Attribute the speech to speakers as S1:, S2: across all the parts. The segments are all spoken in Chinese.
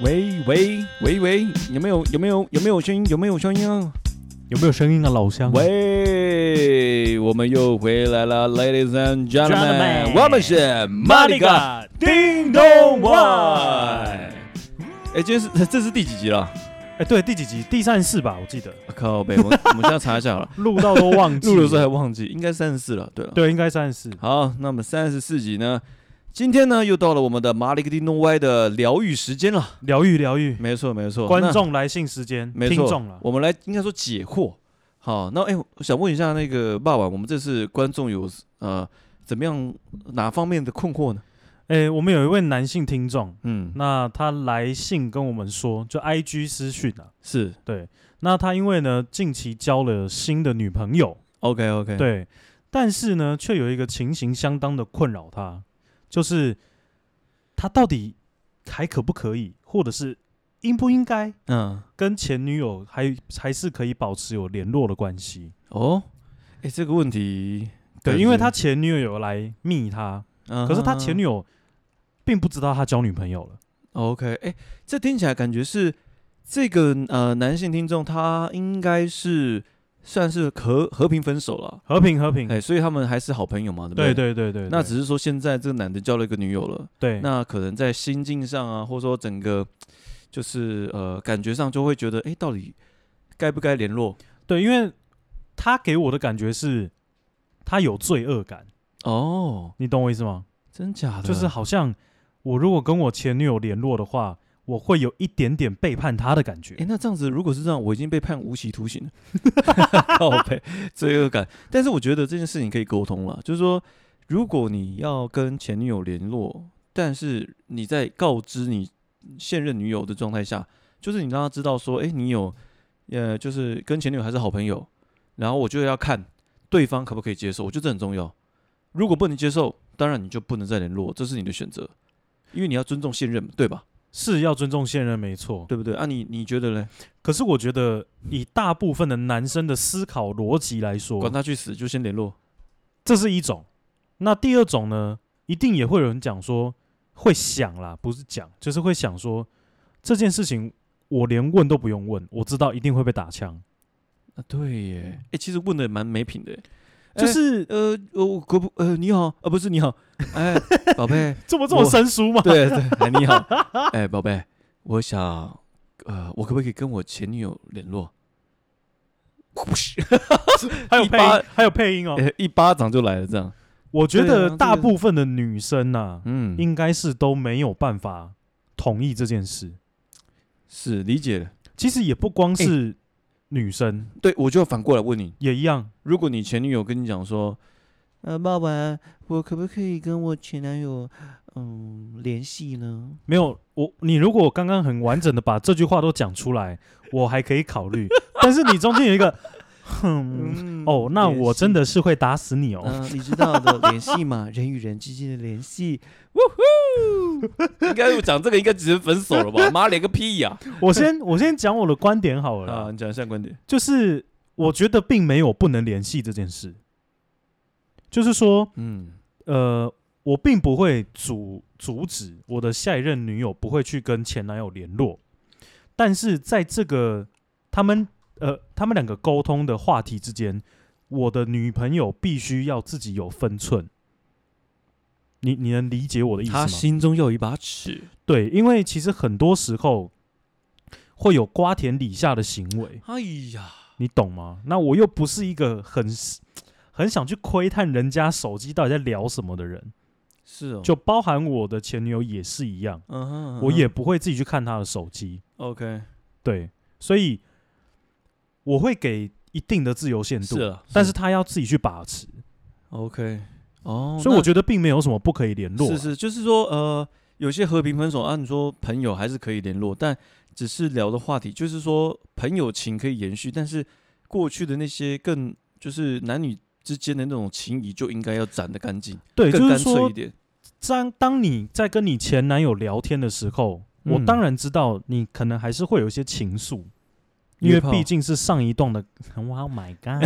S1: 喂喂喂喂，有没有有没有有没有声音？有没有声音啊？
S2: 有没有声音啊，老
S1: 嗯
S2: 乡？
S1: 喂，我们又回来了，Ladies and gentlemen，,
S2: Gentlemen
S1: 我们是 Monica
S2: 叮
S1: No One。哎，今天是这是第几集了？
S2: 哎，对，第几集？第三十四吧，我记得
S1: 啊靠北，我们我们现在查一下好了，
S2: 录到都忘记。
S1: 录的时候还忘 记，应该三十四了。对了，
S2: 对，应该三十四。
S1: 好，那么三十四集呢？今天呢，又到了我们的马里克蒂诺歪的疗愈时间了。
S2: 疗愈疗愈，
S1: 没错，没错。
S2: 观
S1: 那
S2: 众来信时间，
S1: 没
S2: 听
S1: 错
S2: 众了。
S1: 我们来应该说解惑。好，那哎、我想问一下那个爸爸，我们这次观众有呃怎么样哪方面的困惑呢？
S2: 哎，我们有一位男性听众，
S1: 嗯，
S2: 那他来信跟我们说，就 I G 私讯啊。
S1: 是
S2: 对，那他因为呢近期交了新的女朋友，
S1: OK OK，，
S2: 对，但是呢却有一个情形相当的困扰他，就是他到底还可不可以，或者是应不应该
S1: 嗯，
S2: 跟前女友还还是可以保持有联络的关系？
S1: 哦，哎、这个问题，
S2: 对，因为他，前女友有来密他，
S1: 嗯
S2: 可是他前女
S1: 友
S2: 友并不知道他交女朋友了。
S1: OK，哎、这听起来感觉是这个呃男性听众他应该是算是和和平分手了，
S2: 和平和平
S1: 哎、，所以他们还是好朋友嘛，对不
S2: 嗯对
S1: 对
S2: 对对对，
S1: 那
S2: 对
S1: 只是说现在这个男的交了一个女友了。
S2: 对
S1: 那可能在心境上啊，或者说整个就是呃感觉上就会觉得，哎、到底该不该联络？
S2: 对，因为他给我的感觉是他有罪恶感，
S1: 哦，
S2: 你懂我意思吗？
S1: 真假的？
S2: 就是好像我如果跟我前女友联络的话，我会有一点点背叛她的感觉
S1: 哎、。那这样子，如果是这样，我已经被判无期徒刑了，靠背罪恶感。但是我觉得这件事情可以沟通了，就是说，如果你要跟前女友联络，但是你在告知你现任女友的状态下，就是你让她知道说，哎、你有，呃，就是跟前女友还是好朋友，然后我就要看对方可不可以接受，我觉得这很重要。如果不能接受，当然你就不能再联络，这是你的选择，因为你要尊重现任，对吧？
S2: 是要尊重现任，没错。
S1: 对不对？啊你，你觉得嘞？
S2: 可是我觉得，以大部分的男生的思考逻辑来
S1: 管
S2: 说，
S1: 他去死，就先联络。
S2: 这是一种。那第二种呢，一定也会有人讲说，会想啦，不是讲，就是会想说这件事情，我连问都不用问，我知道一定会被打枪。
S1: 啊，对耶，哎、其实问的蛮没品的耶，
S2: 就
S1: 哎
S2: 是
S1: 呃，我可不，呃，你好，呃，不是你好，哎，宝 贝，
S2: 这么这么
S1: 我
S2: 生疏吗？
S1: 对对，哎你 好，哎，宝贝，我想，呃，我可不可以跟我前女友联络？
S2: 还有
S1: 一
S2: 配
S1: 巴
S2: 音，还有配音哦。
S1: 哎，一巴掌就来了，这样，
S2: 我觉
S1: 对啊这个
S2: 得大部分的女生啊呐、
S1: 嗯，
S2: 应该是都没有办法同意这件事。
S1: 是理解了。
S2: 其实也不光是女生，
S1: 对，我就要反过来问你，
S2: 也一样。
S1: 如果你前女友跟你讲说，呃，爸爸，我可不可以跟我前男友，嗯，联系呢？
S2: 没有我，你如果刚刚很完整的把这句话都讲出 来，我还可以考虑。但是你中间有一个，哼，
S1: 嗯
S2: 哦，那我真
S1: 的。
S2: 的是会打死你哦。
S1: 嗯、你知道的，联系嘛，人与人之间的联系。呜呼！应该我讲这个应该只是分手了吧？妈，连个屁呀、
S2: 我先 我先讲我的观点好
S1: 啊！
S2: 了啦，
S1: 你讲一下观点。
S2: 就是我觉得并没有不能联系这件事，就是说，
S1: 嗯，
S2: 呃，我并不会阻阻止我的下一任女友不会去跟前男友联络，但是在这个他们呃他们两个沟通的话题之间，我的女朋友必须要自己有分寸。你你能理解我的意思
S1: 他
S2: 吗？
S1: 心中有一把尺。
S2: 对，因为其实很多时候会有瓜田李下的行为，
S1: 哎呀，
S2: 你懂吗？那我又不是一个很很想去窥探人家手机到底在聊什么的人。
S1: 是哦，
S2: 就包含我的前女友也是一样，
S1: 嗯哼嗯哼
S2: 我也不会自己去看她的手机，
S1: OK，
S2: 对，所以我会给一定的自由限度，
S1: 是啊，
S2: 但是她要自己去把持，
S1: OK，哦，
S2: 所以我
S1: 得
S2: 觉得并没有什么不可以联络啊，
S1: 是是，就是说呃，有些和平分手，啊按、你说朋友还是可以联络，但只是聊的话题，就是说朋友情可以延续，但是过去的那些更就是男女之间的那种情谊就应该要斩得干净。
S2: 对，
S1: 更
S2: 就是
S1: 干脆
S2: 说
S1: 一，点。
S2: 当当你在跟你前男友聊天的时候，我
S1: 嗯
S2: 当然知道你可能还是会有一些情愫。因
S1: 约
S2: 为
S1: 炮
S2: 毕竟是上一段的，Oh my god，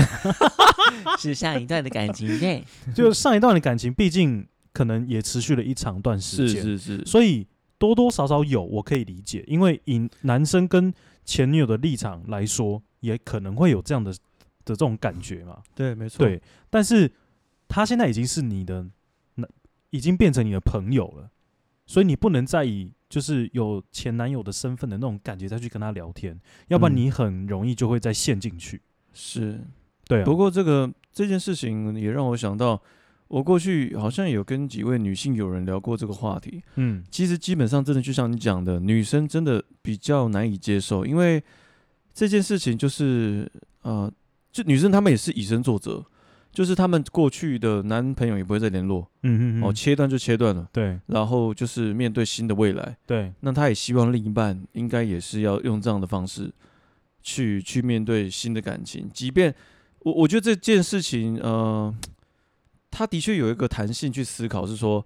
S3: 是上一段的感情对，
S2: 就是上一段的感情，毕竟可能也持续了一长段时
S1: 是
S2: 间，
S1: 是是，
S2: 所以多多少少有，我可以理解，因为以男生跟前女友的立场来说，也可能会有这样的的这种感觉嘛。
S1: 对，没错，
S2: 对，但是他现在已经是你的，那已经变成你的朋友了，所以你不能再以就是有前男友的身份的那种感觉再去跟他聊天，要不然
S1: 嗯
S2: 你很容易就会再陷进去。
S1: 是。
S2: 对啊，
S1: 不过这个这件事情也让我想到，我过去好像有跟几位女性友人聊过这个话题。
S2: 嗯，
S1: 其实基本上真的就像你讲的，女生真的比较难以接受，因为这件事情就是呃，就女生她们也是以身作则，就是她们过去的男朋友也不会再联络，
S2: 嗯嗯嗯，
S1: 哦，切断就切断了，
S2: 对
S1: 然后就是面对新的未来，
S2: 对，
S1: 那她也希望另一半应该也是要用这样的方式去去面对新的感情，即便我我觉得这件事情，呃，他的确有一个弹性去思考，是说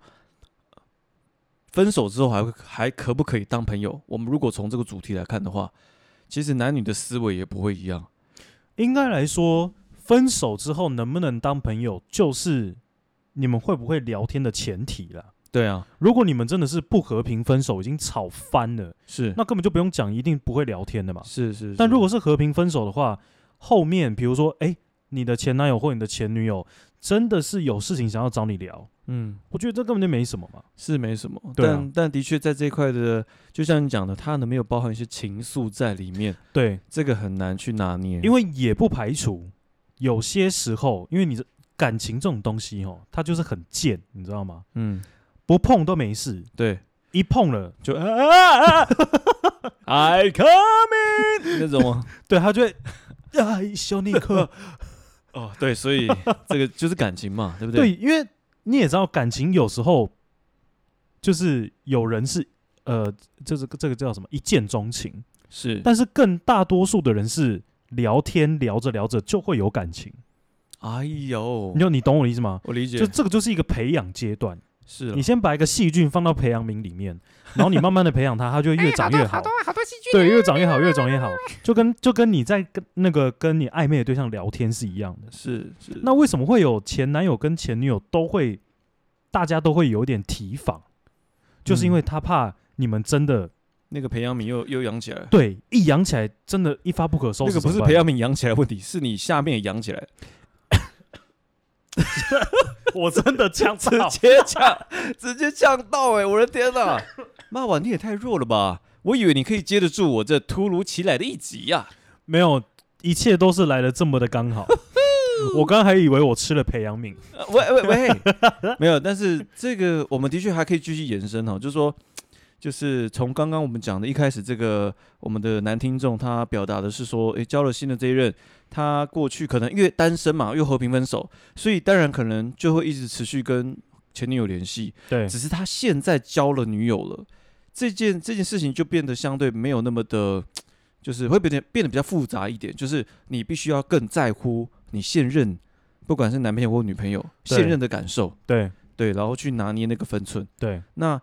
S1: 分手之后还会还可不可以当朋友？我们如果从这个主题来看的话，其实男女的思维也不会一样，
S2: 应该来说，分手之后能不能当朋友，就是你们会不会聊天的前提啦。
S1: 对啊，
S2: 如果你们真的是不和平分手，已经吵翻了，
S1: 是
S2: 那根本就不用讲，一定不会聊天的嘛。
S1: 是是，
S2: 但
S1: 是
S2: 如果是和平分手的话，后面比如说，哎、你的前男友或你的前女友真的是有事情想要找你聊，
S1: 嗯。
S2: 我觉得这根本就没什么嘛。
S1: 是没什么，
S2: 对啊
S1: 但但的确在这一块的，就像你讲的，它能没有包含一些情愫在里面，
S2: 对，
S1: 这个很难去拿捏，
S2: 因为也不排除有些时候，因为你这感情这种东西哦，它就是很贱，你知道吗？
S1: 嗯，
S2: 不碰都没事，
S1: 对，
S2: 一碰了
S1: 就啊啊啊啊 ，I coming 那种吗？
S2: 对他就会 哎，小尼克，
S1: 哦，对，所以这个就是感情嘛，对不
S2: 对，
S1: 对？
S2: 因为你也知道，感情有时候就是有人是呃，这是这个叫什么一见钟情，
S1: 是，
S2: 但是更大多数的人是聊天聊着聊着就会有感情，
S1: 哎呦
S2: 你，就你懂我的意思吗？
S1: 我理解，
S2: 就这个就是一个培养阶段，
S1: 是了
S2: 你，先把一个细菌放到培养皿里面，然后你慢慢的培养它，它就会越长越好。
S3: 哎好多细菌
S2: 对，越长越好，越长越好，就跟就跟你在跟那个跟你暧昧的对象聊天是一样的。
S1: 是是，
S2: 那为什么会有前男友跟前女友都会，大家都会有点提防，就是因为他怕你们真的、
S1: 那个培养皿又又养起来了，
S2: 对一养起来，真的一发不可收
S1: 那
S2: 拾
S1: 个不
S2: 怎么
S1: 是
S2: 办。
S1: 培养皿养起来的问题，是你下面也养起来了，
S2: 我真的这样子
S1: 直 接呛， 直接呛到，哎，我的天哪， 妈婉你也太弱了吧！我以为你可以接得住我这突如其来的一击呀、
S2: 没有，一切都是来的这么的刚好。我刚还以为我吃了培养皿，
S1: 呃喂喂喂，没有，但是这个我们的确还可以继续延伸哈，就是说，就是从刚刚我们讲的一开始，这个我们的男听众他表达的是说，诶、交了新的这一任，他过去可能因为单身嘛，又和平分手，所以当然可能就会一直持续跟前女友联系，
S2: 对
S1: 只是他现在交了女友了，这件这件事情就变得相对没有那么的，就是会变得变得比较复杂一点，就是你必须要更在乎你现任，不管是男朋友或女朋友
S2: 对
S1: 现任的感受，
S2: 对
S1: 对，然后去拿捏那个分寸。
S2: 对，
S1: 那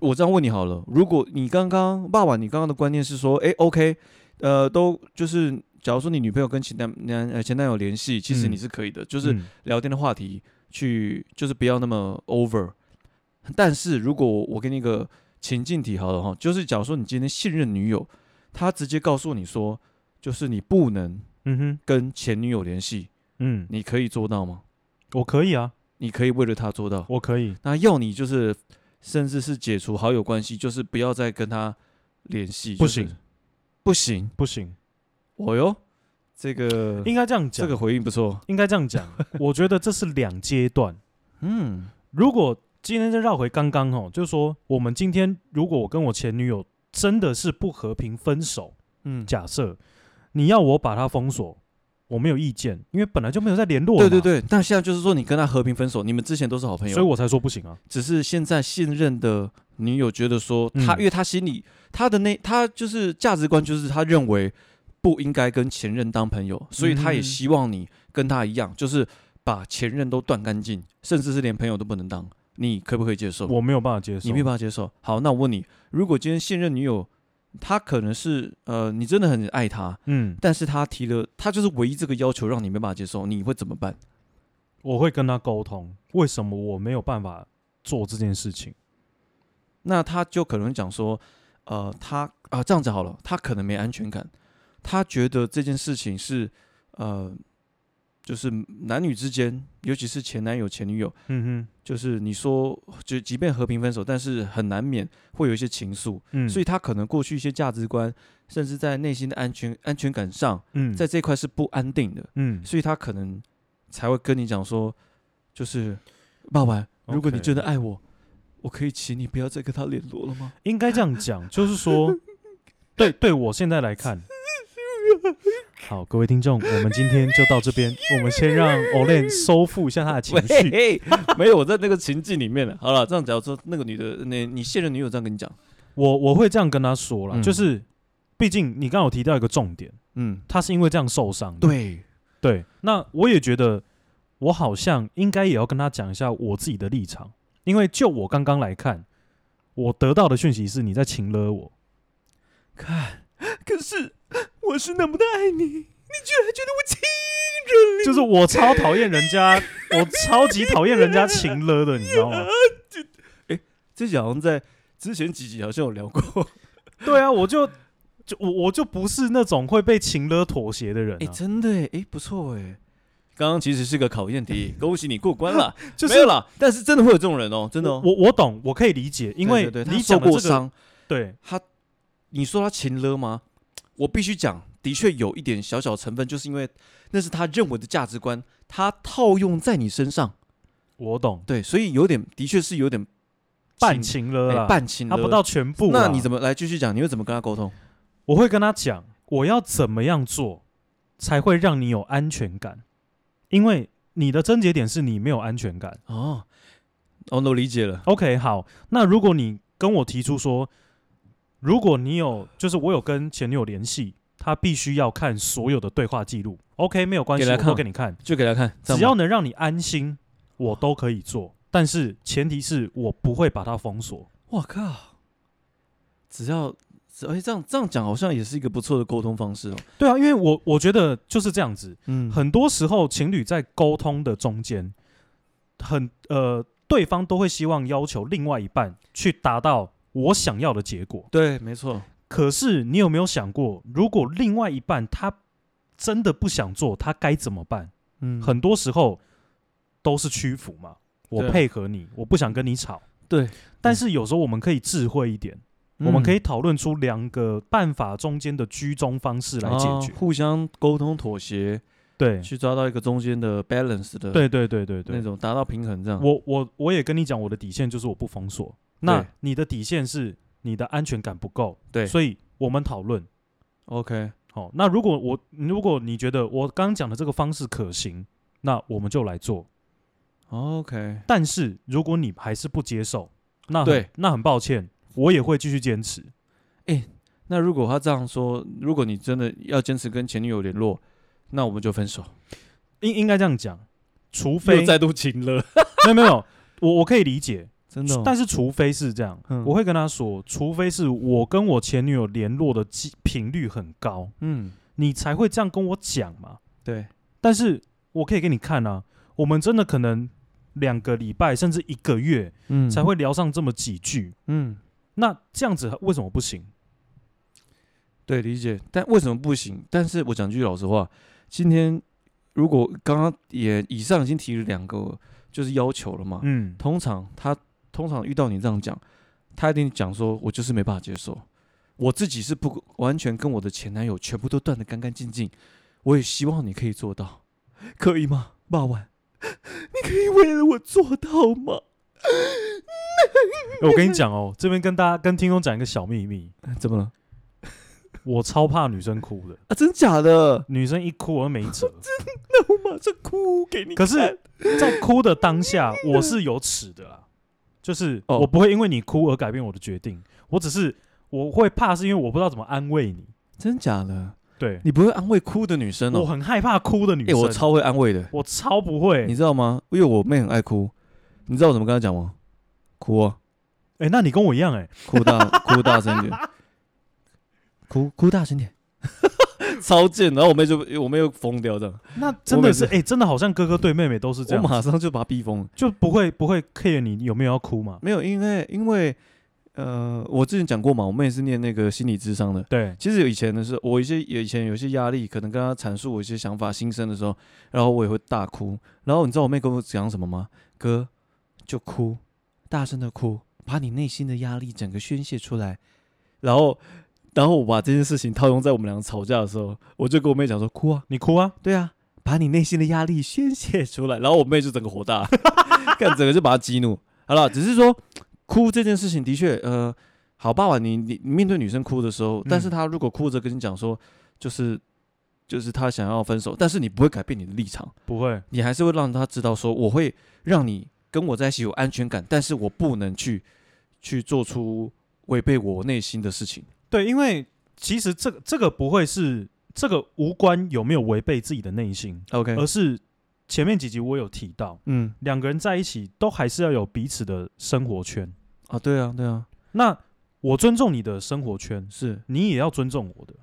S1: 我这样问你好了，如果你刚刚爸爸，你刚刚的观念是说，诶 o k 呃，都就是。假如说你女朋友跟前男男呃前男友联系，其实
S2: 嗯
S1: 你是可以的，就是
S2: 嗯
S1: 聊天的话题去，就是不要那么 over。但是如果我给你一个情境题好了哈，就是假如说你今天信任女友，她直接告诉你说，就是你不能
S2: 嗯哼
S1: 跟前女友联系，
S2: 嗯，
S1: 你可以做到吗？
S2: 我可以啊，
S1: 你可以为了她做到？
S2: 我可以，
S1: 那要你就是甚至是解除好友关系，就是不要再跟她联系，
S2: 不
S1: 就是
S2: 行，
S1: 不行，
S2: 不行，
S1: 哦哟，这个
S2: 应该这样讲，
S1: 这个回应不错，
S2: 应该这样讲。我觉得这是两阶段。
S1: 嗯，
S2: 如果今天再绕回刚刚哦，就是说我们今天如果我跟我前女友真的是不和平分手，
S1: 嗯
S2: 假设你要我把她封锁，我没有意见，因为本来就没有在联络，
S1: 对对，对，那现在就是说你跟他和平分手，你们之前都是好朋友，
S2: 所以我才说不行啊。
S1: 只是现在现任的女友觉得说
S2: 嗯
S1: 他，因为他心里他的那他就是价值观就是他认为不应该跟前任当朋友，所以他也
S2: 嗯
S1: 希望你跟他一样，就是把前任都断干净，甚至是连朋友都不能当。你可不可以接受？
S2: 我没有办法接受，
S1: 你没有办法接受。好，那我问你，如果今天现任女友她可能是呃，你真的很爱她，
S2: 嗯，
S1: 但是她提了，她就是唯一这个要求让你没办法接受，你会怎么办？
S2: 我会跟她沟通，为什么我没有办法做这件事情？
S1: 那他就可能讲说，呃，他啊、这样子好了，他可能没安全感，他觉得这件事情是呃，就是男女之间，尤其是前男友前女友，
S2: 嗯
S1: 就是你说就即便和平分手，但是很难免会有一些情愫，
S2: 哼，嗯，
S1: 所
S2: 以
S1: 以他可能过去一些价值观，甚至在内心的安全安全感上，
S2: 嗯，
S1: 在这一块是不安定的，
S2: 嗯
S1: 所以他可能才会跟你讲说，就是爸爸，如果你
S2: OK
S1: 真的爱我我可以请你不要再跟他联络了吗？
S2: 应该这样讲，就 是说，对对我现在来看，好，各位听众，我们今天就到这 边，我们先让 Olen 收复一下他的情绪。
S1: 喂， 没有，我在那个情境里面了。好了，这样假如说那个女的，那你现任女友这样跟你讲，
S2: 我我会这样跟他说了，
S1: 嗯
S2: 就是，毕竟你刚刚有提到一个重点，
S1: 嗯，
S2: 他是因为这样受伤的。
S1: 对，
S2: 对，那我也觉得，我好像应该也要跟他讲一下我自己的立场，因为就我刚刚来看，我得到的讯息是你在情勒我。
S1: 看，可是我是那么的爱你，你居然觉得我亲人了，
S2: 就是我超讨厌人家，我超级讨厌人家情勒的，你知道吗？
S1: 这集好像在之前几集好像有聊 过，
S2: 对啊，我就就我我就不是那种会被情勒妥协的人、
S1: 哎、
S2: 啊，
S1: 真的哎、哎、不错哎、刚刚其实是个考验题，恭喜你过关 了，
S2: 就
S1: 没有
S2: 是
S1: 啦，但是真的会有这种人哦、真的哦、
S2: 我我懂，我可以理解，因为
S1: 对对对
S2: 你
S1: 他受
S2: 讲的
S1: 过
S2: 这个，
S1: 伤，
S2: 对，
S1: 他，你说他情勒吗？我必须讲，的确有一点小小成分，就是因为那是他认为的价值观，他套用在你身上，
S2: 我懂，
S1: 对，所以有点，的确是有点
S2: 半情勒
S1: 哎
S2: 啦，
S1: 半情
S2: 他
S1: 勒，
S2: 不到啊全部啦，
S1: 那你怎么来继续讲？你会怎么跟他沟通？
S2: 我会跟他讲，我要怎么样做才会让你有安全感，因为你的症结点是你没有安全感。
S1: 哦，哦，那我理解了，
S2: OK，好，那如果你跟我提出说，如果你有，就是我有跟前女友联系，她必须要看所有的对话记录。OK，没有关系，
S1: 给她
S2: 我
S1: 看
S2: 都给你看，
S1: 就给他看，这样
S2: 只要
S1: 吗
S2: 能让你安心，我都可以做。但是前提是我不会把它封锁。
S1: 我靠，只要只哎、这样这样讲好像也是一个不错的沟通方式哦。
S2: 对啊，因为我我觉得就是这样子。
S1: 嗯，
S2: 很多时候，情侣在沟通的中间，很呃，对方都会希望要求另外一半去达到我想要的结果。
S1: 对，没错，
S2: 可是你有没有想过，如果另外一半他真的不想做，他该怎么办？
S1: 嗯，
S2: 很多时候都是屈服嘛，我
S1: 对
S2: 配合你，我不想跟你吵。
S1: 对，嗯
S2: 但是有时候我们可以智慧一点，我们可以讨论出两个办法中间的居中方式来解
S1: 哦。
S2: 决
S1: 互相沟通妥协，
S2: 对，
S1: 去抓到一个中间的 balance 的
S2: 对对对对
S1: 那
S2: 对。
S1: 种达到平衡这样。
S2: 我我我也跟你讲，我的底线就是我不封锁。那
S1: 对
S2: 你的底线是你的安全感不够，
S1: 对
S2: 所以我们讨论。
S1: OK，
S2: 好、那如果我如果你觉得我刚刚讲的这个方式可行，那我们就来做。
S1: OK，
S2: 但是如果你还是不接受，那很
S1: 对，
S2: 那很抱歉，我也会继续坚持。
S1: 那如果他这样说，如果你真的要坚持跟前女友联络，那我们就分 手，
S2: 应应该这样讲，除
S1: 又
S2: 非
S1: 再度情了，
S2: 没有没有，我我可以理解，
S1: 真的哦、
S2: 但是除非是这样，
S1: 嗯
S2: 我会跟他说，除非是我跟我前女友联络的机频率很高，
S1: 嗯，
S2: 你才会这样跟我讲嘛。
S1: 对，
S2: 但是我可以给你看啊，我们真的可能两个礼拜甚至一个月
S1: 嗯
S2: 才会聊上这么几句。
S1: 嗯。
S2: 那这样子为什么不行？
S1: 对，理解。但为什么不行？但是我讲句老实话，今天如果刚刚也以上已经提了两个就是要求了嘛，
S2: 嗯，
S1: 通常他通常遇到你这样讲，他一定讲说我就是没办法接受，我自己是不完全跟我的前男友全部都断得干干净净，我也希望你可以做到， 可以吗，爸爸？你可以为了我做到吗？
S2: 我跟你讲哦，这边跟大家跟听众讲一个小秘密，
S1: 怎么了？
S2: 我超怕女生哭的，
S1: 啊，真假的？
S2: 女生一哭我就没 辙。
S1: 那 我马上哭给你看。
S2: 可是，在哭的当下，我是有尺的啦，就是
S1: 哦
S2: 我不会因为你哭而改变我的决定，我只是我会怕，是因为我不知道怎么安慰你。
S1: 真假的？
S2: 对，
S1: 你不会安慰哭的女生哦？
S2: 我很害怕哭的女
S1: 哎、
S2: 生，
S1: 我超会安慰的，
S2: 我超不会
S1: 你。知道吗？因为我妹很爱哭，你知道我怎么跟她讲吗？哭啊，
S2: 哎、那你跟我一样哎、
S1: 哭 大，哭大声点，哭哭大 声点，超贱。然后我妹就我妹又疯掉这样，
S2: 那真的是哎、真的好像哥哥对妹妹都是这
S1: 我
S2: 样，
S1: 马上就把她逼疯了。
S2: 就不会不会 care 你有没有要哭嘛？
S1: 没有，因为因为呃，我之前讲过嘛，我妹是念那个心理智商的。
S2: 对，
S1: 其实有以前的时候，我一些有以前有一些压力，可能跟她阐述我一些想法、心声的时候，然后我也会大哭。然后你知道我妹跟我讲什么吗？哥，就哭，大声的哭，把你内心的压力整个宣泄出来。然后，然后我把这件事情套用在我们两个吵架的时候，我就跟我妹讲说：哭啊，
S2: 你哭啊，
S1: 对啊，把你内心的压力宣泄出来。然后我妹就整个火大， 干整个就把她激怒。好了，只是说哭这件事情的确，呃，好爸爸，你你你面对女生哭的时候，但是
S2: 嗯
S1: 她如果哭着跟你讲说，就是就是她想要分手，但是你不会改变你的立场，
S2: 不会，
S1: 你还是会让她知道说，我会让你跟我在一起有安全感，但是我不能去去做出违背我内心的事情。
S2: 对，因为其实这个这个不会是这个无关有没有违背自己的内心，
S1: OK，
S2: 而是前面几集我有提到，
S1: 嗯，
S2: 两个人在一起都还是要有彼此的生活圈。
S1: 啊，对啊，对啊，
S2: 那我尊重你的生活圈，
S1: 是
S2: 你也要尊重我的。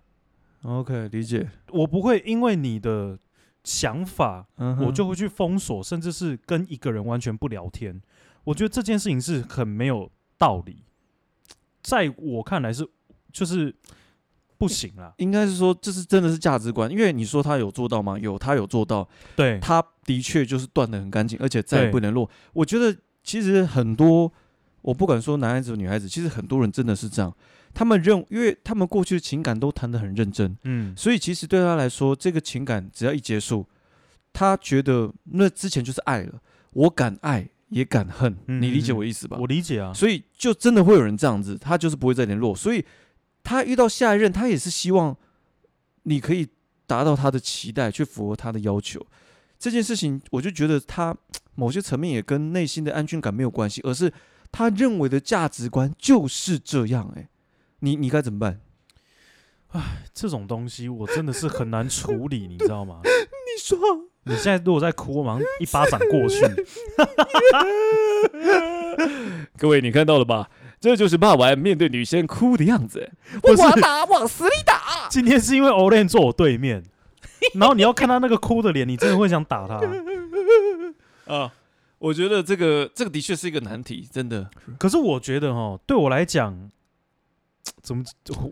S1: OK，理解。
S2: 我不会因为你的想法，
S1: 嗯哼，
S2: 我就会去封锁，甚至是跟一个人完全不聊天。我觉得这件事情是很没有道理，在我看来是就是不行啦。
S1: 应该是说，这是真的是价值观，因为你说他有做到吗？有，他有做到，
S2: 对，
S1: 他的确就是断的很干净，而且再也
S2: 嗯对
S1: 不能落。我觉得其实很多，我不管说男孩子女孩子，其实很多人真的是这样，他们认，因为他们过去的情感都谈得很认真，
S2: 嗯，
S1: 所以其实对他来说，这个情感只要一结束，他觉得那之前就是爱了，我敢爱也敢恨，
S2: 嗯
S1: 你理解
S2: 嗯嗯
S1: 我意思吧？
S2: 我理解啊。
S1: 所以就真的会有人这样子，他就是不会再联络。所以他遇到下一任，他也是希望你可以达到他的期待，去符合他的要求。这件事情，我就觉得他某些层面也跟内心的安全感没有关系，而是他认为的价值观就是这样、欸。哎，你你该怎么办？
S2: 这种东西我真的是很难 处理，你知道吗？
S1: 你说，
S2: 你现在如果在哭，我马上一巴掌过去。
S1: 各位你看到了吧？这就是爸爸面对女生哭的样子。
S2: 不是
S3: 打往死里打。
S2: 今天是因为 Olen 坐我对面，然后你要看他那个哭的脸，你真的会想打他。
S1: 啊，我觉得这个这个的确是一个难题，真的。
S2: 可是我觉得哈，对我来讲，怎么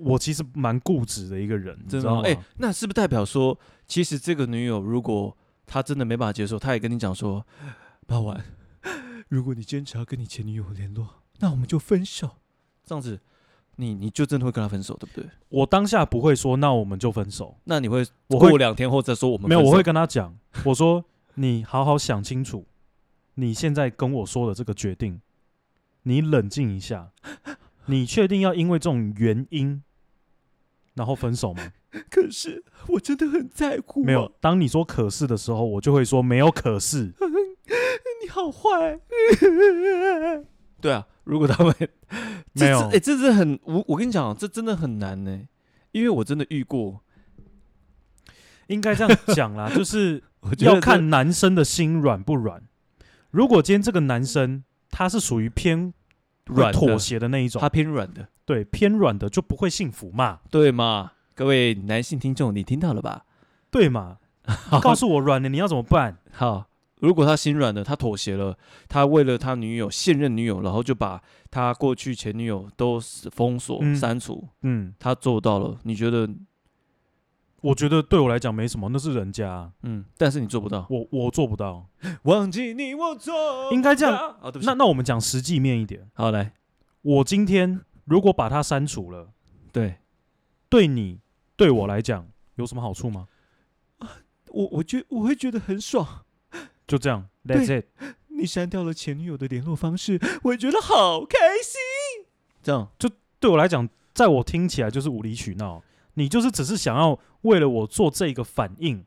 S2: 我其实蛮固执的一个人，你
S1: 真
S2: 知
S1: 的
S2: 道
S1: 哦
S2: 吗？
S1: 哎、那是不是代表说，其实这个女友如果她真的没办法接受，她也跟你讲说，八晚，如果你坚持要跟你前女友联络，那我们就分手。这样子，你你就真的会跟她分手，对不对？
S2: 我当下不会说那我们就分手，
S1: 那你会
S2: 我会
S1: 过两天后再说我们
S2: 没有，
S1: 分
S2: 我会
S1: 手
S2: 跟他讲，我说你好好想清楚，你现在跟我说的这个决定，你冷静一下， 你确定要因为这种原因然后分手吗？
S1: 可是我真的很在乎、
S2: 没有，，当你说可是的时候，我就会说没有可 是。
S1: 你好坏。对啊，如果他们这
S2: 没有
S1: 哎、这是很我我跟你讲，这真的很难呢、因为我真的遇过，
S2: 应该这样讲啦， 就是
S1: 我觉得
S2: 要
S1: 这
S2: 看男生的心软不软。如果今天这个男生他是属于偏
S1: 软的
S2: 妥协的那一种
S1: 他，偏软的。
S2: 对偏软的就不会幸福嘛，
S1: 对嘛？各位男性听众，你听到了吧？
S2: 对嘛？ 告诉我软的你要怎么办？
S1: 好，如果他心软了，他妥协了，他为了他女友现任女友，然后就把他过去前女友都封锁、
S2: 嗯
S1: 删除，
S2: 嗯，
S1: 他做到了，你觉得？
S2: 我觉得对我来讲没什么，那是人家啊，
S1: 嗯，但是你做不到，
S2: 我我做不到。
S1: 忘记你我做
S2: 应该这样
S1: 样。好，哦对不起
S2: 那，那我们讲实际面一点，
S1: 好来，
S2: 我今天如果把他删除了，
S1: 对
S2: 对你对我来讲有什么好处吗？
S1: 我，我觉我会觉得很爽。
S2: 就这样，That's it。
S1: 你删掉了前女友的联络方式，我觉得好开心。这样，
S2: 对我来讲，在我听起来就是无理取闹。你就是只是想要为了我做这个反应，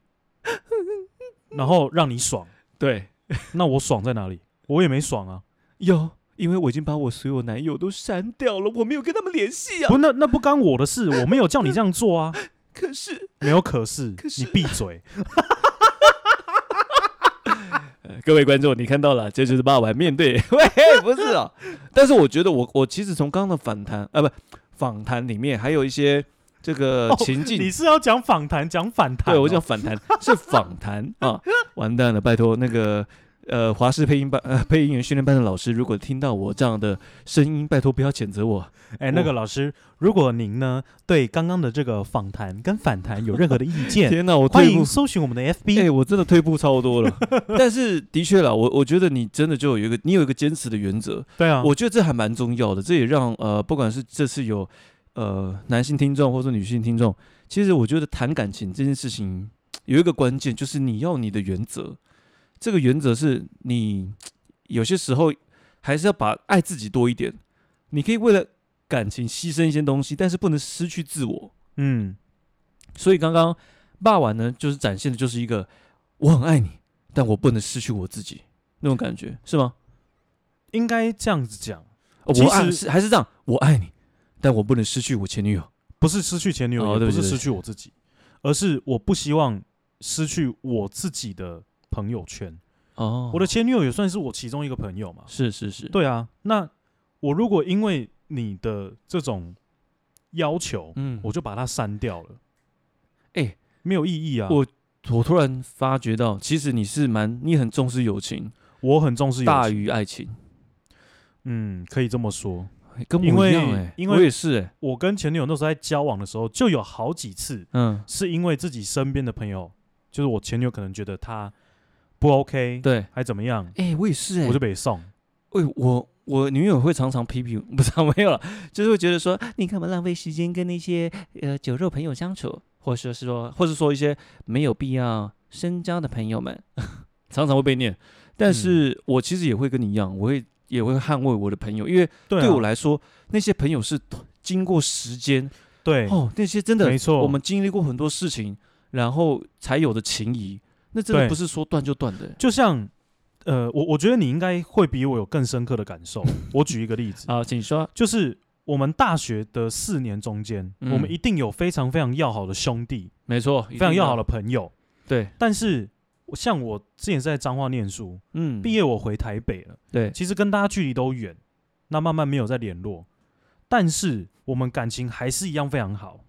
S2: 然后让你爽。
S1: 对，
S2: 那我爽在哪里？我也没爽啊。
S1: 有，因为我已经把我所有男友都删掉了，我没有跟他们联系啊。
S2: 不，那那不干我的事，我没有叫你这样做啊。
S1: 可是，
S2: 没有可是，
S1: 可是
S2: 你闭 嘴。
S1: 呃各位观众，你看到了，这就是爸爸面 对，喂，不是啊。 但是我觉得我，我其实从刚刚的反弹啊，不访谈里面还有一些这个
S2: 哦
S1: 情境，
S2: 你是要讲访谈，讲反弹 哦、
S1: 对我讲反弹是访谈啊，完蛋了，拜托那个呃，华视配音班呃配音员训练班的老师，如果听到我这样的声音，拜托不要谴责我。
S2: 哎，那个老师，如果您呢对刚刚的这个访谈跟反弹有任何的意 见，
S1: 天哪，我
S2: 欢
S1: 退步
S2: 迎，搜寻我们的
S1: 哎、
S2: FB。
S1: 我真的退步超多了。 但是的确啦，我我觉得你真的就有一个，你有一个坚持的原则，
S2: 对啊，
S1: 我觉得这还蛮重要的。这也让呃，不管是这次有呃男性听众或者女性听众，其实我觉得谈感情这件事情有一个关键，就是你要你的原则。这个原则是你有些时候还是要把爱自己多一点。你可以为了感情牺牲一些东西，但是不能失去自我。
S2: 嗯，
S1: 所以刚刚霸晚呢，就是展现的就是一个我很爱你，但我不能失去我自己那种感觉，是吗？
S2: 应该这样子讲，
S1: 哦
S2: 其
S1: 我爱
S2: 实
S1: 是还是这样，我爱你，但我不能失去我前女友。
S2: 不是失去前女友，
S1: 哦
S2: 也
S1: 对
S2: 不
S1: 不
S2: 是
S1: 起
S2: 失
S1: 对不
S2: 去我自己，而是我不希望失去我自己的朋友圈。
S1: 哦
S2: 我的前女友也算是我其中一个朋友嘛。
S1: 是是是，
S2: 对啊，那我如果因为你的这种要求，
S1: 嗯，
S2: 我
S1: 我
S2: 就把它删掉了，
S1: 哎
S2: 没有意义啊。
S1: 我我突然发觉到，其实你是蛮你很重视友情，
S2: 我很重视友
S1: 大
S2: 情，
S1: 于爱情，
S2: 嗯，可以这么说。
S1: 哎跟
S2: 因
S1: 我一
S2: 为
S1: 样哎，
S2: 因
S1: 我
S2: 为
S1: 也是哎，
S2: 我跟前女友那时候在交往的时候，就有好几次
S1: 嗯，
S2: 是因为自己身边的朋友，就是我前女友可能觉得她不 OK，
S1: 对，
S2: 还怎么样，
S1: 哎，我也是哎，
S2: 我就被送。
S1: 哎我。我女友会常常批评，不是 啊没有了，就是会觉得说，
S3: 你干嘛浪费时间跟那些呃酒肉朋友相处？
S1: 或者是说，或是说一些没有必要深交的朋友们， 常常会被念。
S2: 嗯
S1: 但是我其实也会跟你一样，我会也会捍卫我的朋友，因为
S2: 对、啊，
S1: 对我来说，那些朋友是经过时间
S2: 对，
S1: 哦，那些真的
S2: 没错
S1: 我们经历过很多事情，然后才有的情谊，那真
S2: 对
S1: 的不是说断就断的。
S2: 就像呃，我我觉得你应该会比我有更深刻的感 受。我举一个例子，
S1: 好，请说。
S2: 就是我们大学的四年中间，
S1: 嗯
S2: 我们一定有非常非常要好的兄弟，
S1: 没错，
S2: 非常要好
S1: 了。
S2: 的朋友。
S1: 对，
S2: 但是我像我之前是在彰化念书，
S1: 嗯，
S2: 毕业我回台北了，
S1: 对，
S2: 其实跟大家距离都远，那慢慢没有再联络，但是我们感情还是一样非常好。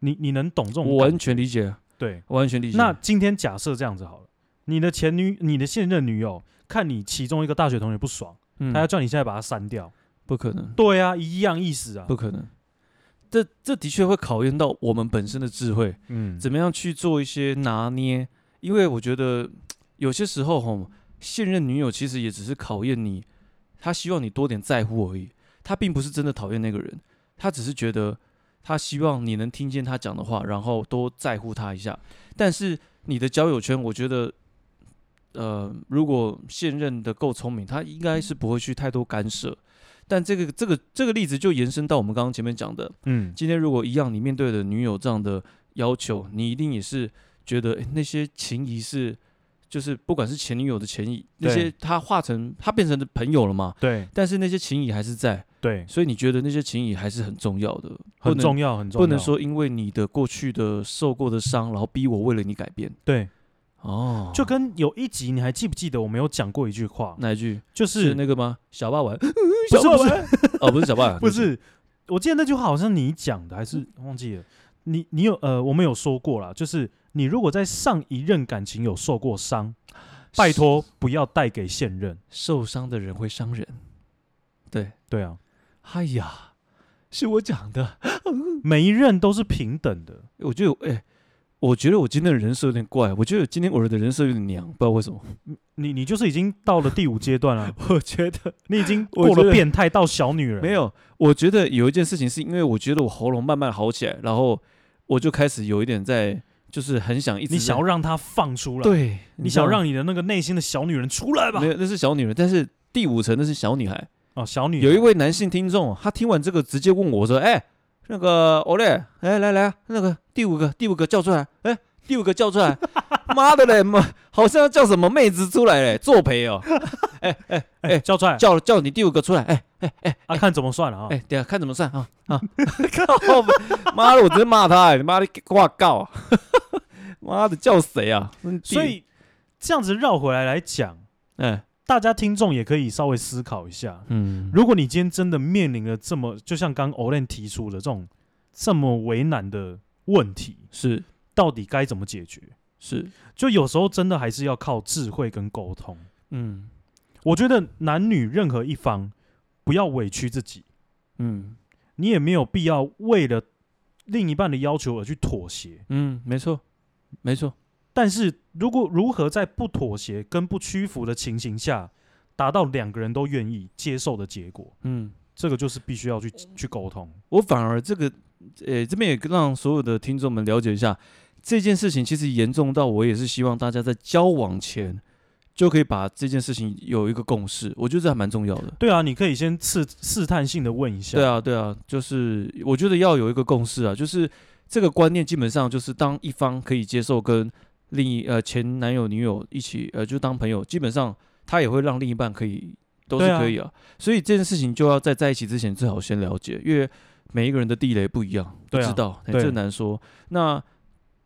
S2: 你你能懂这种
S1: 我
S2: 感
S1: 完全理解，
S2: 对？
S1: 我完全理解。
S2: 那今天假设这样子好了，你的前女、你的现任女友看你其中一个大学同学不爽，
S1: 嗯
S2: 她要叫你现在把她删掉。
S1: 不可能，
S2: 对啊，一样意思啊。
S1: 不可能。这这的确会考验到我们本身的智慧，
S2: 嗯，
S1: 怎么样去做一些拿捏？因为我觉得有些时候吼，现任女友其实也只是考验你，她希望你多点在乎而已，她并不是真的讨厌那个人，她只是觉得她希望你能听见她讲的话，然后多在乎她一下。但是你的交友圈，我觉得。呃，如果现任的够聪明，他应该是不会去太多干涉。但这个这个这个例子就延伸到我们刚刚前面讲的，
S2: 嗯，
S1: 今天如果一样，你面对的女友这样的要求，你一定也是觉得、诶那些情谊是，就是不管是前女友的情谊，那
S2: 对
S1: 些他化成他变成的朋友了嘛，
S2: 对
S1: 但是那些情谊还是在，
S2: 对，
S1: 所以你觉得那些情谊还是很重要的，
S2: 很重
S1: 要，
S2: 要，很重要。
S1: 不能说因为你的过去的受过的伤，然后逼我为了你改变
S2: 对，
S1: 哦，
S2: 就跟有一集你还记不记得我们有讲过一句话，
S1: 哪一句
S2: 就是是
S1: 那个吗？小霸 王
S2: 不是
S1: 小霸
S2: 不是
S1: 哦，不是嗯小霸王，
S2: 不是，我记得那句话好像你讲的，还是忘记了。你你有呃，我们有说过啦，就是你如果在上一任感情有受过伤，拜托不要带给现任。
S1: 受伤的人会伤人，对，
S2: 对啊，
S1: 哎呀，是我讲的。
S2: 每一任都是平等的。
S1: 我觉得，哎、我觉得我今天的人设有点怪，我觉得今天我的人设有点娘，不知道为什么。，
S2: 你你就是已经到了第五阶段了
S1: 我觉得
S2: 你已经
S1: 我
S2: 过
S1: 觉
S2: 了
S1: 得
S2: 变态到小女人。
S1: 没，有，我觉得有一件事情是因为我觉得我喉咙慢慢好起来，然后我就开始有一点在，就是很想一直
S2: 你想要
S1: 在
S2: 让她放出来，，
S1: 对，
S2: 你
S1: 知道
S2: 想
S1: 吗
S2: 让你的那个内心的小女人出来吧
S1: 没？有，那是小女人，但是第五层那是小女孩。
S2: 哦，小女人
S1: 有一位男性听众，他听完这个直接问我说：“哎、那个欧嘞，哎来来，那个第五个第五个叫出来，哎、第五个叫出来，妈的嘞，妈好像要叫什么妹子出来嘞，作陪哦。”
S2: 哎叫出来，
S1: 叫叫你第五个出来，哎
S2: 啊看怎么算了啊
S1: 哎，？等一下看怎么算 啊啊！ 靠北，妈的，我直接骂他、哎，你妈的挂告啊， 妈的叫谁啊？
S2: 所以这样子绕回来来讲，
S1: 哎
S2: 大家听众也可以稍微思考一下，
S1: 嗯，
S2: 如果你今天真的面临了这么，就像刚 Olen 提出的这种这么为难的问题，
S1: 是
S2: 到底该怎么解决？
S1: 是，
S2: 就有时候真的还是要靠智慧跟沟通。
S1: 嗯
S2: 我觉得男女任何一方不要委屈自己，
S1: 嗯
S2: 你也没有必要为了另一半的要求而去妥协。
S1: 嗯，没错，没错，
S2: 但是如果如何在不妥协跟不屈服的情形下，达到两个人都愿意接受的结果，
S1: 嗯。
S2: 这个就是必须要去去沟通。
S1: 我反而这个，呃、这边也让所有的听众们了解一下，这件事情其实严重到我也是希望大家在交往前就可以把这件事情有一个共识，我觉得这还蛮重要的。
S2: 对啊，你可以先试试探性的问一下。
S1: 对啊，对啊，就是我觉得要有一个共识啊，就是这个观念基本上就是当一方可以接受跟另一呃前男友女友一起呃就当朋友，基本上他也会让另一半可以都是
S2: 对啊
S1: 可以啊，所以这件事情就要在在一起之前最好先了解，因为每一个人的地雷不一样，不
S2: 对啊
S1: 知道，哎
S2: 对
S1: 这难说。那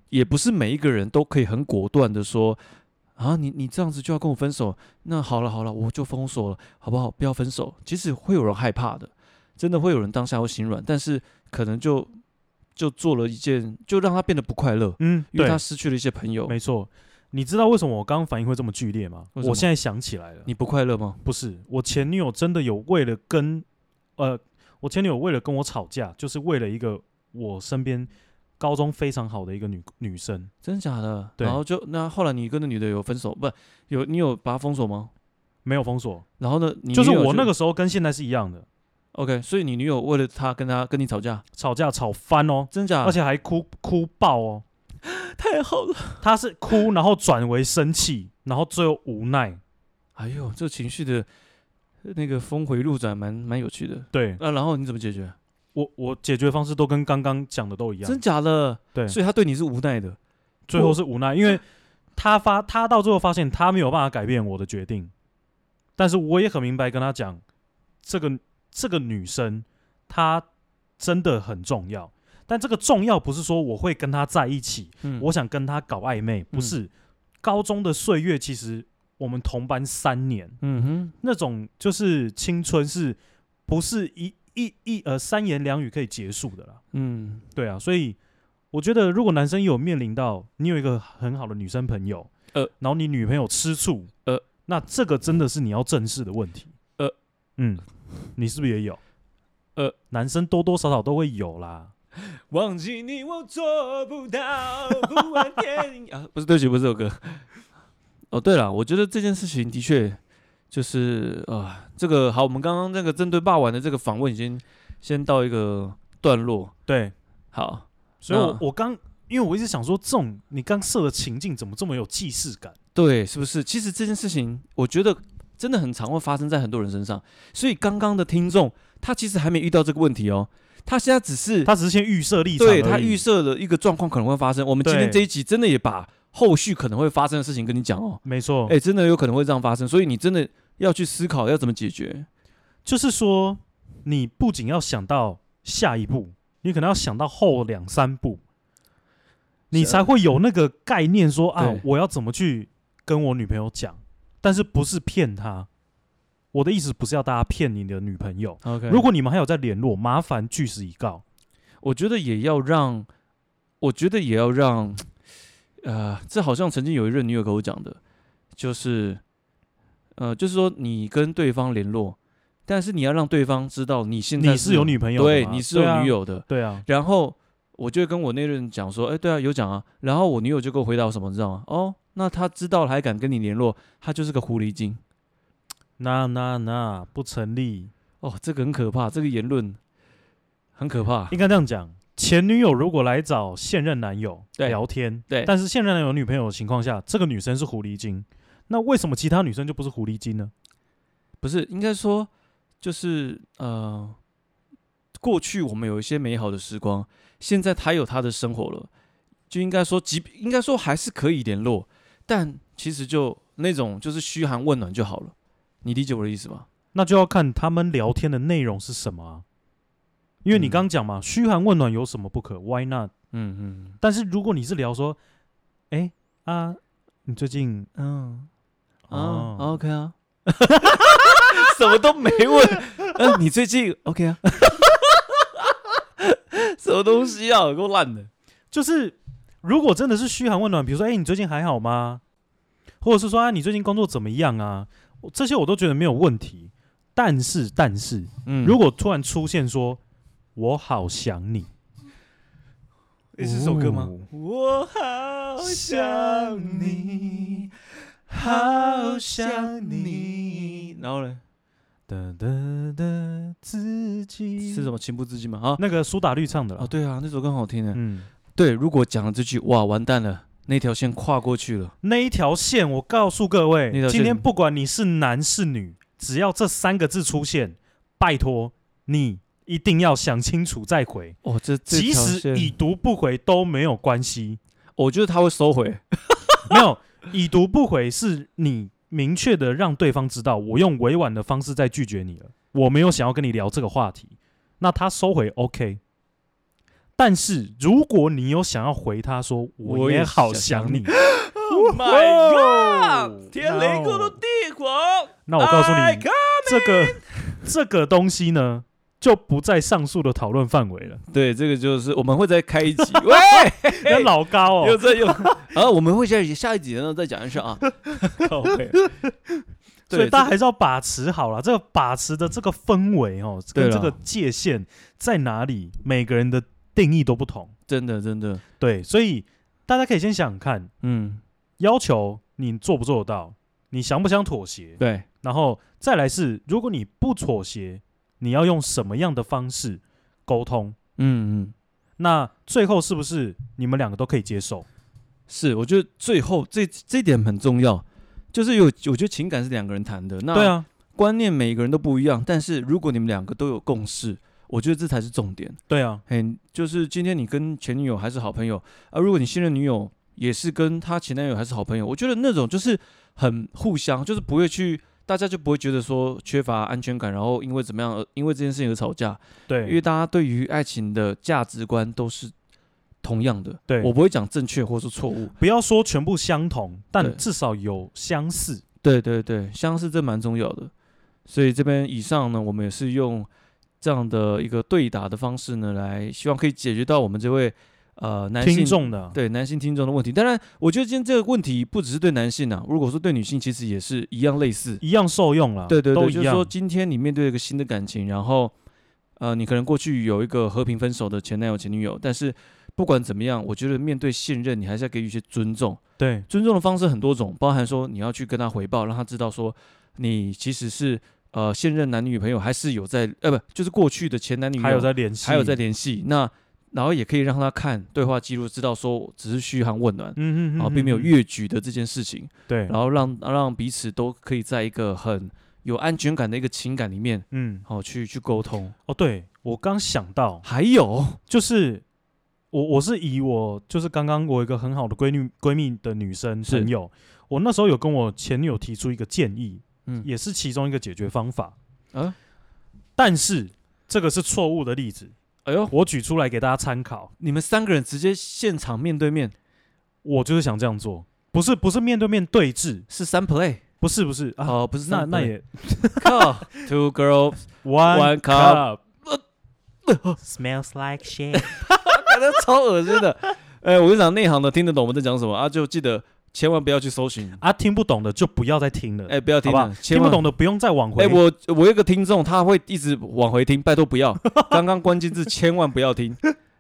S1: 也不是每一个人都可以很果断的说。啊，你你这样子就要跟我分手？那好了好了，我就封锁了，好不好？不要分手。其实会有人害怕的，真的会有人当下会心软，但是可能就就做了一件，就让他变得不快乐，
S2: 嗯，
S1: 因为
S2: 对
S1: 他，失去了一些朋友。
S2: 没错。你知道为什么我刚刚反应会这么剧烈吗？
S1: 为什么
S2: 我现在想起来了，
S1: 你不快乐吗？
S2: 不是我前女友真的有为了跟呃，我前女友为了跟我吵架，就是为了一个我身边高中非常好的一个女女生，
S1: 真假的？
S2: 对
S1: 然后就那后来你跟那女的有分手，不有你有把她封锁吗？
S2: 没有封锁，
S1: 然后呢？你
S2: 就是
S1: 女友
S2: 我那个时候跟现在是一样的，
S1: OK，所以你女友为了他跟他跟你吵架，
S2: 吵架吵翻哦，
S1: 真假？
S2: 而且还哭哭爆哦，
S1: 太好了！
S2: 她是哭然后转为生气，然后最后无奈，
S1: 哎呦，这情绪的呃那个峰回路转，蛮蛮有趣的。
S2: 对
S1: 啊，然后你怎么解决？
S2: 我我解决方式都跟刚刚讲的都一样，
S1: 真假的？
S2: 对
S1: 所以他对你是无奈的。
S2: 最后是无奈，因为他发他到最后发现他没有办法改变我的决定，但是我也很明白跟他讲，这个这个女生她真的很重要，但这个重要不是说我会跟她在一起，
S1: 嗯，
S2: 我想跟她搞暧昧，不是。高中的岁月其实我们同班三年，
S1: 嗯哼，
S2: 那种就是青春是不是一一一呃三言两语可以结束的啦？
S1: 嗯
S2: 对啊，所以我觉得，如果男生有面临到你有一个很好的女生朋友，
S1: 呃，
S2: 然后你女朋友吃醋，
S1: 呃，
S2: 那这个真的是你要正视的问题，
S1: 呃，
S2: 嗯，你是不是也有？
S1: 呃，
S2: 男生多多少少都会有啦。
S1: 忘记你我做不到，不玩电 影啊，不是，对不起，不是这首歌。哦，对了，我觉得这件事情的确就是啊、这个好，我们刚刚那个针对霸王的这个访问已经先到一个段落。
S2: 对，
S1: 好，
S2: 所以我、
S1: 那
S2: 我刚因为我一直想说，这种你刚设的情境怎么这么有既视感？
S1: 对，是不是？其实这件事情，我觉得真的很常会发生在很多人身上。所以刚刚的听众，他其实还没遇到这个问题哦，他现在只是
S2: 他只是先预设立场而已，
S1: 对他预设了一个状况可能会发生。我们今天
S2: 对
S1: 这一集真的也把后续可能会发生的事情跟你讲哦。
S2: 没错，
S1: 哎、真的有可能会这样发生，所以你真的要去思考要怎么解决。
S2: 就是说你不仅要想到下一步，你可能要想到后两三步，你才会有那个概念说啊
S1: 对，
S2: 我要怎么去跟我女朋友讲，但是不是骗她。我的意思不是要大家骗你的女朋友，
S1: OK，
S2: 如果你们还有在联络，麻烦据实以告。
S1: 我觉得也要让，我觉得也要让，呃，这好像曾经有一任女友跟我讲的，就是，呃，就是说你跟对方联络，但是你要让对方知道你现在
S2: 你是有女朋友的
S1: 对，
S2: 吗
S1: 你是
S2: 对
S1: 有
S2: 啊
S1: 女友的。
S2: 对啊，
S1: 然后我就会跟我那任讲说，哎、对啊，有讲啊。然后我女友就给我回答我什么，你知道吗？哦，那他知道了还敢跟你联络，他就是个狐狸精。
S2: 那那那不成立，
S1: 哦，这个很可怕，这个言论很可怕。
S2: 应该这样讲。前女友如果来找现任男友
S1: 对
S2: 聊天，
S1: 对
S2: 但是现任男友有女朋友的情况下，这个女生是狐狸精，那为什么其他女生就不是狐狸精呢？
S1: 不是，应该说就是呃，过去我们有一些美好的时光，现在他有他的生活了，就应该说，即应该说还是可以联络，但其实就那种就是嘘寒问暖就好了。你理解我的意思吗？
S2: 那就要看他们聊天的内容是什么啊。因为你
S1: 嗯
S2: 刚讲嘛，嘘寒问暖有什么不可？Why not？
S1: 嗯嗯
S2: 但是如果你是聊说，哎、啊，你最近
S1: 嗯啊
S2: 哦，
S1: ，OK 啊，嗯什么都没问。嗯、你最近 OK 啊？什么东西啊？够烂的。
S2: 就是如果真的是嘘寒问暖，比如说，哎、你最近还好吗？或者是说啊，你最近工作怎么样啊？我这些我都觉得没有问题。但是，但是，
S1: 嗯
S2: 如果突然出现说“我好想你哦
S1: 诶是这首歌吗？我
S3: 好
S1: 好
S3: 想你，
S1: 好想你。然后呢？”，
S2: 的的的自己
S1: 是什么情不自禁吗？啊
S2: 那个苏打绿唱的啦。
S1: 啊，对啊，那首歌很好听的。
S2: 嗯，
S1: 对，如果讲了这句，哇，完蛋了，那条线跨过去了。
S2: 那一条线，我告诉各位
S1: 那条，线
S2: 今天不管你是男是女，只要这三个字出现，拜托你一定要想清楚再回。
S1: 哦，这这
S2: 即
S1: 条
S2: 使
S1: 线
S2: 已读不回都没有关系，
S1: 我觉得他会收回。
S2: 没有已读不回是你明确的让对方知道，我用委婉的方式在拒绝你了，我没有想要跟你聊这个话题。那他收回 OK，但是如果你有想要回他说我也好想你，
S1: Oh
S2: my god！
S1: 天雷勾动地火。
S2: 那我告诉
S1: I
S2: 你
S1: come，
S2: 这个这个东西呢，就不在上述的讨论范围了。
S1: 对，这个就是我们会再开一 集。喂，
S2: 那老高
S1: 又
S2: 哦，
S1: 在 又啊，我们会下一集下一集呢再讲一下啊。靠背
S2: 所
S1: 对，
S2: 以大家
S1: 这
S2: 还是要把持好了。这个把持的这个氛围哦，
S1: 对
S2: 跟
S1: 啦
S2: 这个界限在哪里，每个人的定义都不同。
S1: 真的真的，
S2: 对，所以大家可以先想想看，
S1: 嗯，
S2: 要求你做不做得到，你想不想妥协，
S1: 对，
S2: 然后再来是，如果你不妥协，你要用什么样的方式沟通？
S1: 嗯嗯。
S2: 那最后是不是你们两个都可以接受？
S1: 是，我觉得最后这这一点很重要，就是有我觉得情感是两个人谈的，那
S2: 对，啊，
S1: 观念每个人都不一样，但是如果你们两个都有共识，我觉得这才是重点。
S2: 对啊，
S1: 嘿，就是今天你跟前女友还是好朋友啊，如果你现任女友也是跟她前男友还是好朋友，我觉得那种就是很互相，就是不会去。大家就不会觉得说缺乏安全感，然后因为怎么样，呃而因为这件事情而吵架，因为
S2: 对，
S1: 大家对于爱情的价值观都是同样的。
S2: 对
S1: 我不会讲正确或是错误，
S2: 不要说全部相同，
S1: 对
S2: 但至少有相似。
S1: 对对对，相似这蛮重要的。所以这边以上呢，我们也是用这样的一个对答的方式呢，来希望可以解决到我们这位呃男性
S2: 听众的，
S1: 对男性听众的问题。当然，我觉得今天这个问题不只是对男性啊，如果说对女性，其实也是一样类似。
S2: 一样受用了，
S1: 对对
S2: 都
S1: 对，
S2: 一
S1: 就是说
S2: 样，
S1: 今天你面对一个新的感情，然后呃，你可能过去有一个和平分手的前男友、前女友，但是不管怎么样，我觉得面对信任，你还是要给予一些尊重。
S2: 对
S1: 尊重的方式很多种，包含说你要去跟他回报，让他知道说你其实是呃现任男女朋友，还是有在呃不就是过去的前男女友
S2: 还有在联系，
S1: 还有在，联系。那然后也可以让他看对话记录，知道说只是嘘寒问暖，
S2: 嗯嗯，
S1: 然哦后并没有，越矩的这件事情，
S2: 对
S1: 然，后让让彼此都可以在一个很有安全感的一个情感里面，
S2: 嗯，
S1: 好、去去沟通。
S2: 哦，对我刚想到，
S1: 还有
S2: 就是我我是以我就是刚刚我有一个很好的闺女闺蜜的女生
S1: 是
S2: 朋友，我那时候有跟我前女友提出一个建议，
S1: 嗯
S2: 也是其中一个解决方法，
S1: 啊，
S2: 但是这个是错误的例子，
S1: 哎呦，
S2: 我举出来给大家参考。
S1: 你们三个人直接现场面对面
S2: 我就是想这样做，不是不是面对面对峙，
S1: 是三 play
S2: 不是不是啊，
S1: 哦、不是
S2: 那
S1: 三
S2: 那
S1: play
S2: 也
S1: 靠 two girls。One
S2: one
S1: cup
S3: 哦 Smells like shit 。
S1: 感觉超恶心 的。哎，我跟你讲，内行的听得懂我们在讲什么啊，就记得千万不要去搜寻，
S2: 啊，听不懂的就不要再听了，
S1: 哎，不要听
S2: 好吧
S1: 了，，千
S2: 听不
S1: 万
S2: 懂。的不用再往回。
S1: 哎，我我有一个听众，他会一直往回听，拜托不要。 刚刚关键字千万不要听。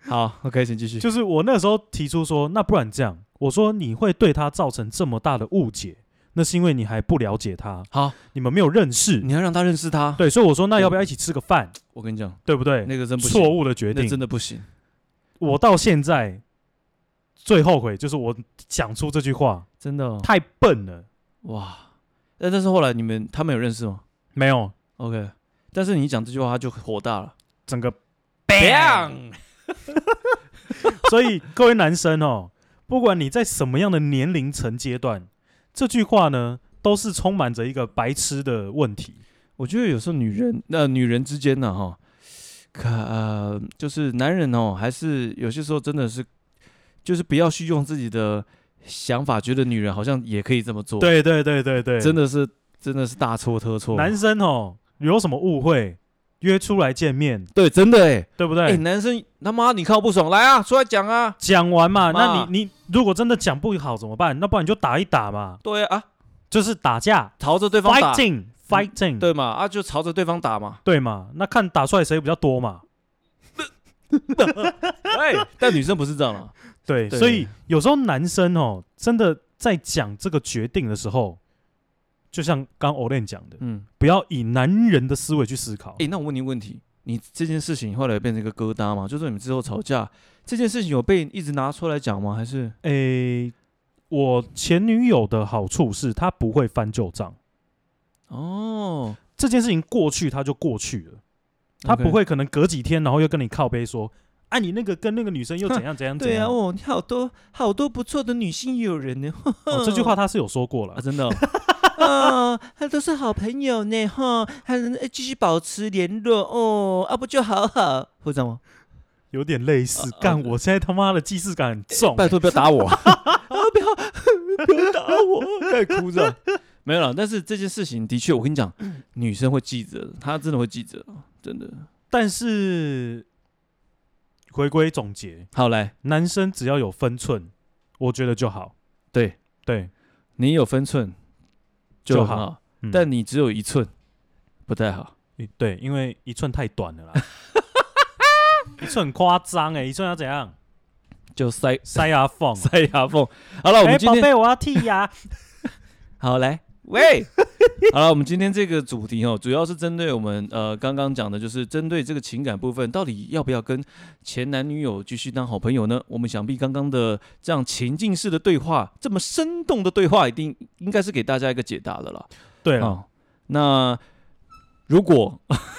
S1: 好，OK，请继续。
S2: 就是我那时候提出说，那不然这样，我说你会对他造成这么大的误解，那是因为你还不了解他，
S1: 好，
S2: 你们没有认识
S1: 你。要让他认识他。
S2: 对，所以我说那要不要一起吃个饭，
S1: 我跟你讲，
S2: 对不对？
S1: 那个真不
S2: 错
S1: 行，
S2: 误的决
S1: 那
S2: 定，
S1: 真的不行。
S2: 我到现在最后悔就是我讲出这句话
S1: 真的哦
S2: 太笨了，
S1: 哇！哎但但是后来你们他们有认识吗
S2: 没有
S1: ？OK，但是你讲这句话他就火大了。
S2: 整个。
S1: bang，
S2: 所以各位男生哦， 不管你在什么样的年龄层阶段，这句话呢都是充满着一个白痴的问题。
S1: 我觉得有时候女人，那、女人之间呢，哈，可呃，就是男人哦，还是有些时候真的是，就是不要去用自己的想法，觉得女人好像也可以这么做，，
S2: 对对对对对，
S1: 真的是真的是大错特错。
S2: 男生哦，有什么误会，约出来见面，
S1: 对，真的哎，
S2: 对不
S1: 哎、
S2: 对？
S1: 男生他妈你看我不爽，来啊，出来讲啊，
S2: 讲完嘛，
S1: 嘛
S2: 那你你如果真的讲不好怎么办？那不然你就打一打嘛，
S1: 对啊，
S2: 就是打架
S1: 朝着对方打，
S2: ，fighting fighting，
S1: 对嘛？啊，就朝着对方打 嘛。
S2: 对嘛？那看打出来谁比较多嘛？
S1: 哎，但女生不是这样啊，
S2: 对，
S1: 对
S2: 所以有时候男生哦，真的在讲这个决定的时候，就像刚 Olen 讲的，
S1: 嗯，
S2: 不要以男人的思维去思考。
S1: 哎，那我问你一个问题，你这件事情后来变成一个疙瘩吗？就是你们之后吵架这件事情有被一直拿出来讲吗？还是
S2: 诶、哎我前女友的好处是她不会翻旧账，
S1: 哦，
S2: 这件事情过去她就过去了，她
S1: OK
S2: 不会可能隔几天然后又跟你靠背说，哎、你那个跟那个女生又怎样怎样怎
S1: 对
S2: 样。
S1: 啊，哦，你好多好多不错的女性友人呢，
S2: 哦这句话她是有说过了
S1: 啊，，真的哦、
S3: 哦，他都是好朋友呢，哈，还能继续保持联络哦，啊不就好好？
S1: 会这样吗？
S2: 有点类似。
S1: 啊
S2: 干，我现在他妈的既视感很重。
S1: 拜托不要打我， 啊、 不要不要打我，在哭着。没有了，但是这件事情的确，我跟你讲，女生会记着，她真的会记着，真的。
S2: 但是回归总结，
S1: 好，来，
S2: 男生只要有分寸，我觉得就好。
S1: 对
S2: 对，
S1: 你有分寸
S2: 就
S1: 很
S2: 好
S1: 好，
S2: 嗯
S1: 但你只有一寸，不太好。
S2: 对，因为一寸太短了啦，一寸很夸张哎，一寸要怎样
S1: 就 塞
S2: 塞牙缝？
S1: 塞牙缝。哎好了，我
S2: 哎，
S1: 们今
S2: 宝
S1: 天、
S2: 贝，我要剃 牙。
S1: 好来，喂，好了，我们今天这个主题哦，主要是针对我们呃刚刚讲的，就是针对这个情感部分，到底要不要跟前男女友继续当好朋友呢？我们想必刚刚的这样情境式的对话，这么生动的对话，一定应该是给大家一个解答的了。
S2: 对了，
S1: 哦，那如果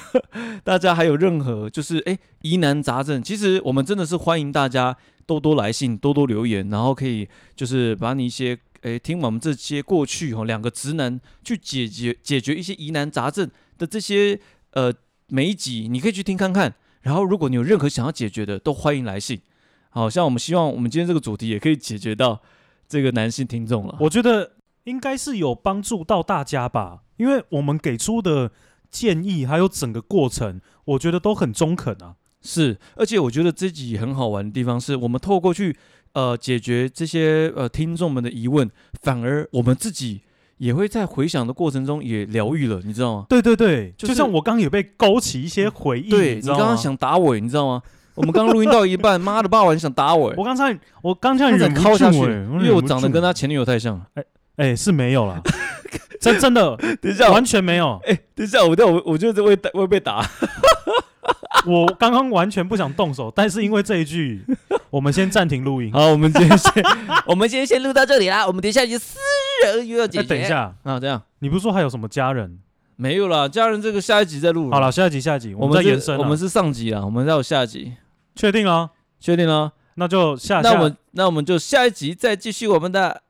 S1: 大家还有任何就是哎疑难杂症，其实我们真的是欢迎大家多多来信，多多留言，然后可以就是把你一些哎听完我们这些过去哦两个直男去解决解决一些疑难杂症的这些呃每一集，你可以去听看看。然后如果你有任何想要解决的，都欢迎来信。好像我们希望我们今天这个主题也可以解决到这个男性听众了。
S2: 我觉得应该是有帮助到大家吧，因为我们给出的建议还有整个过程，我觉得都很中肯啊。
S1: 是，而且我觉得这集很好玩的地方是，我们透过去呃解决这些呃听众们的疑问，反而我们自己也会在回想的过程中也疗愈了，你知道吗？
S2: 对对对，
S1: 就嗯
S2: 就是像我刚刚也被勾起一些回忆，
S1: 对
S2: 你
S1: 你
S2: 知道
S1: 刚
S2: 吗
S1: 刚想打我，欸你知道吗？我们刚录音到一半，妈的，霸王想打我，欸
S2: 我刚才我刚才
S1: 他
S2: 忍
S1: 想
S2: 不
S1: 敲
S2: 住
S1: 下去，
S2: 欸
S1: 因为我长得跟他
S2: 忍不住
S1: 前女友太像 了。
S2: 哎、是没有 啦，真真的
S1: 等一下
S2: 完全没有，
S1: 哎、等一下，我我我觉得会会被 打。
S2: 我刚刚完全不想动手，但是因为这一句，我们先暂停录音。
S1: 好，我们今天 先
S3: 我们今天哎先录到这里啦，我们等一下有私人又要解
S2: 哎、
S3: 决。
S2: 等一，下，
S1: 啊，这样
S2: 你不是说还有什么家人？
S1: 没有啦，家人这个下一集再录。
S2: 好了，，下一集下一集，
S1: 嗯我
S2: 们再
S1: 是
S2: 延伸啊、
S1: 我们是上集啦，我们再有下集，
S2: 确定啊？
S1: 确定了。
S2: 那就下下
S1: 那我们那我们就下一集再继续我们的，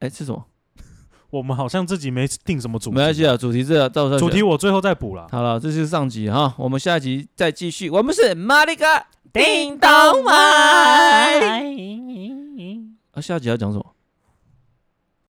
S1: 哎、是什么？
S2: 我们好像自己没定什么主题，
S1: 没关系啊，主题这到时候
S2: 主题我最后再补啦。
S1: 好了，这就是上集哈，我们下一集再继续。我们是马里哥，
S3: 叮咚外。
S1: 啊，下一集要讲什么？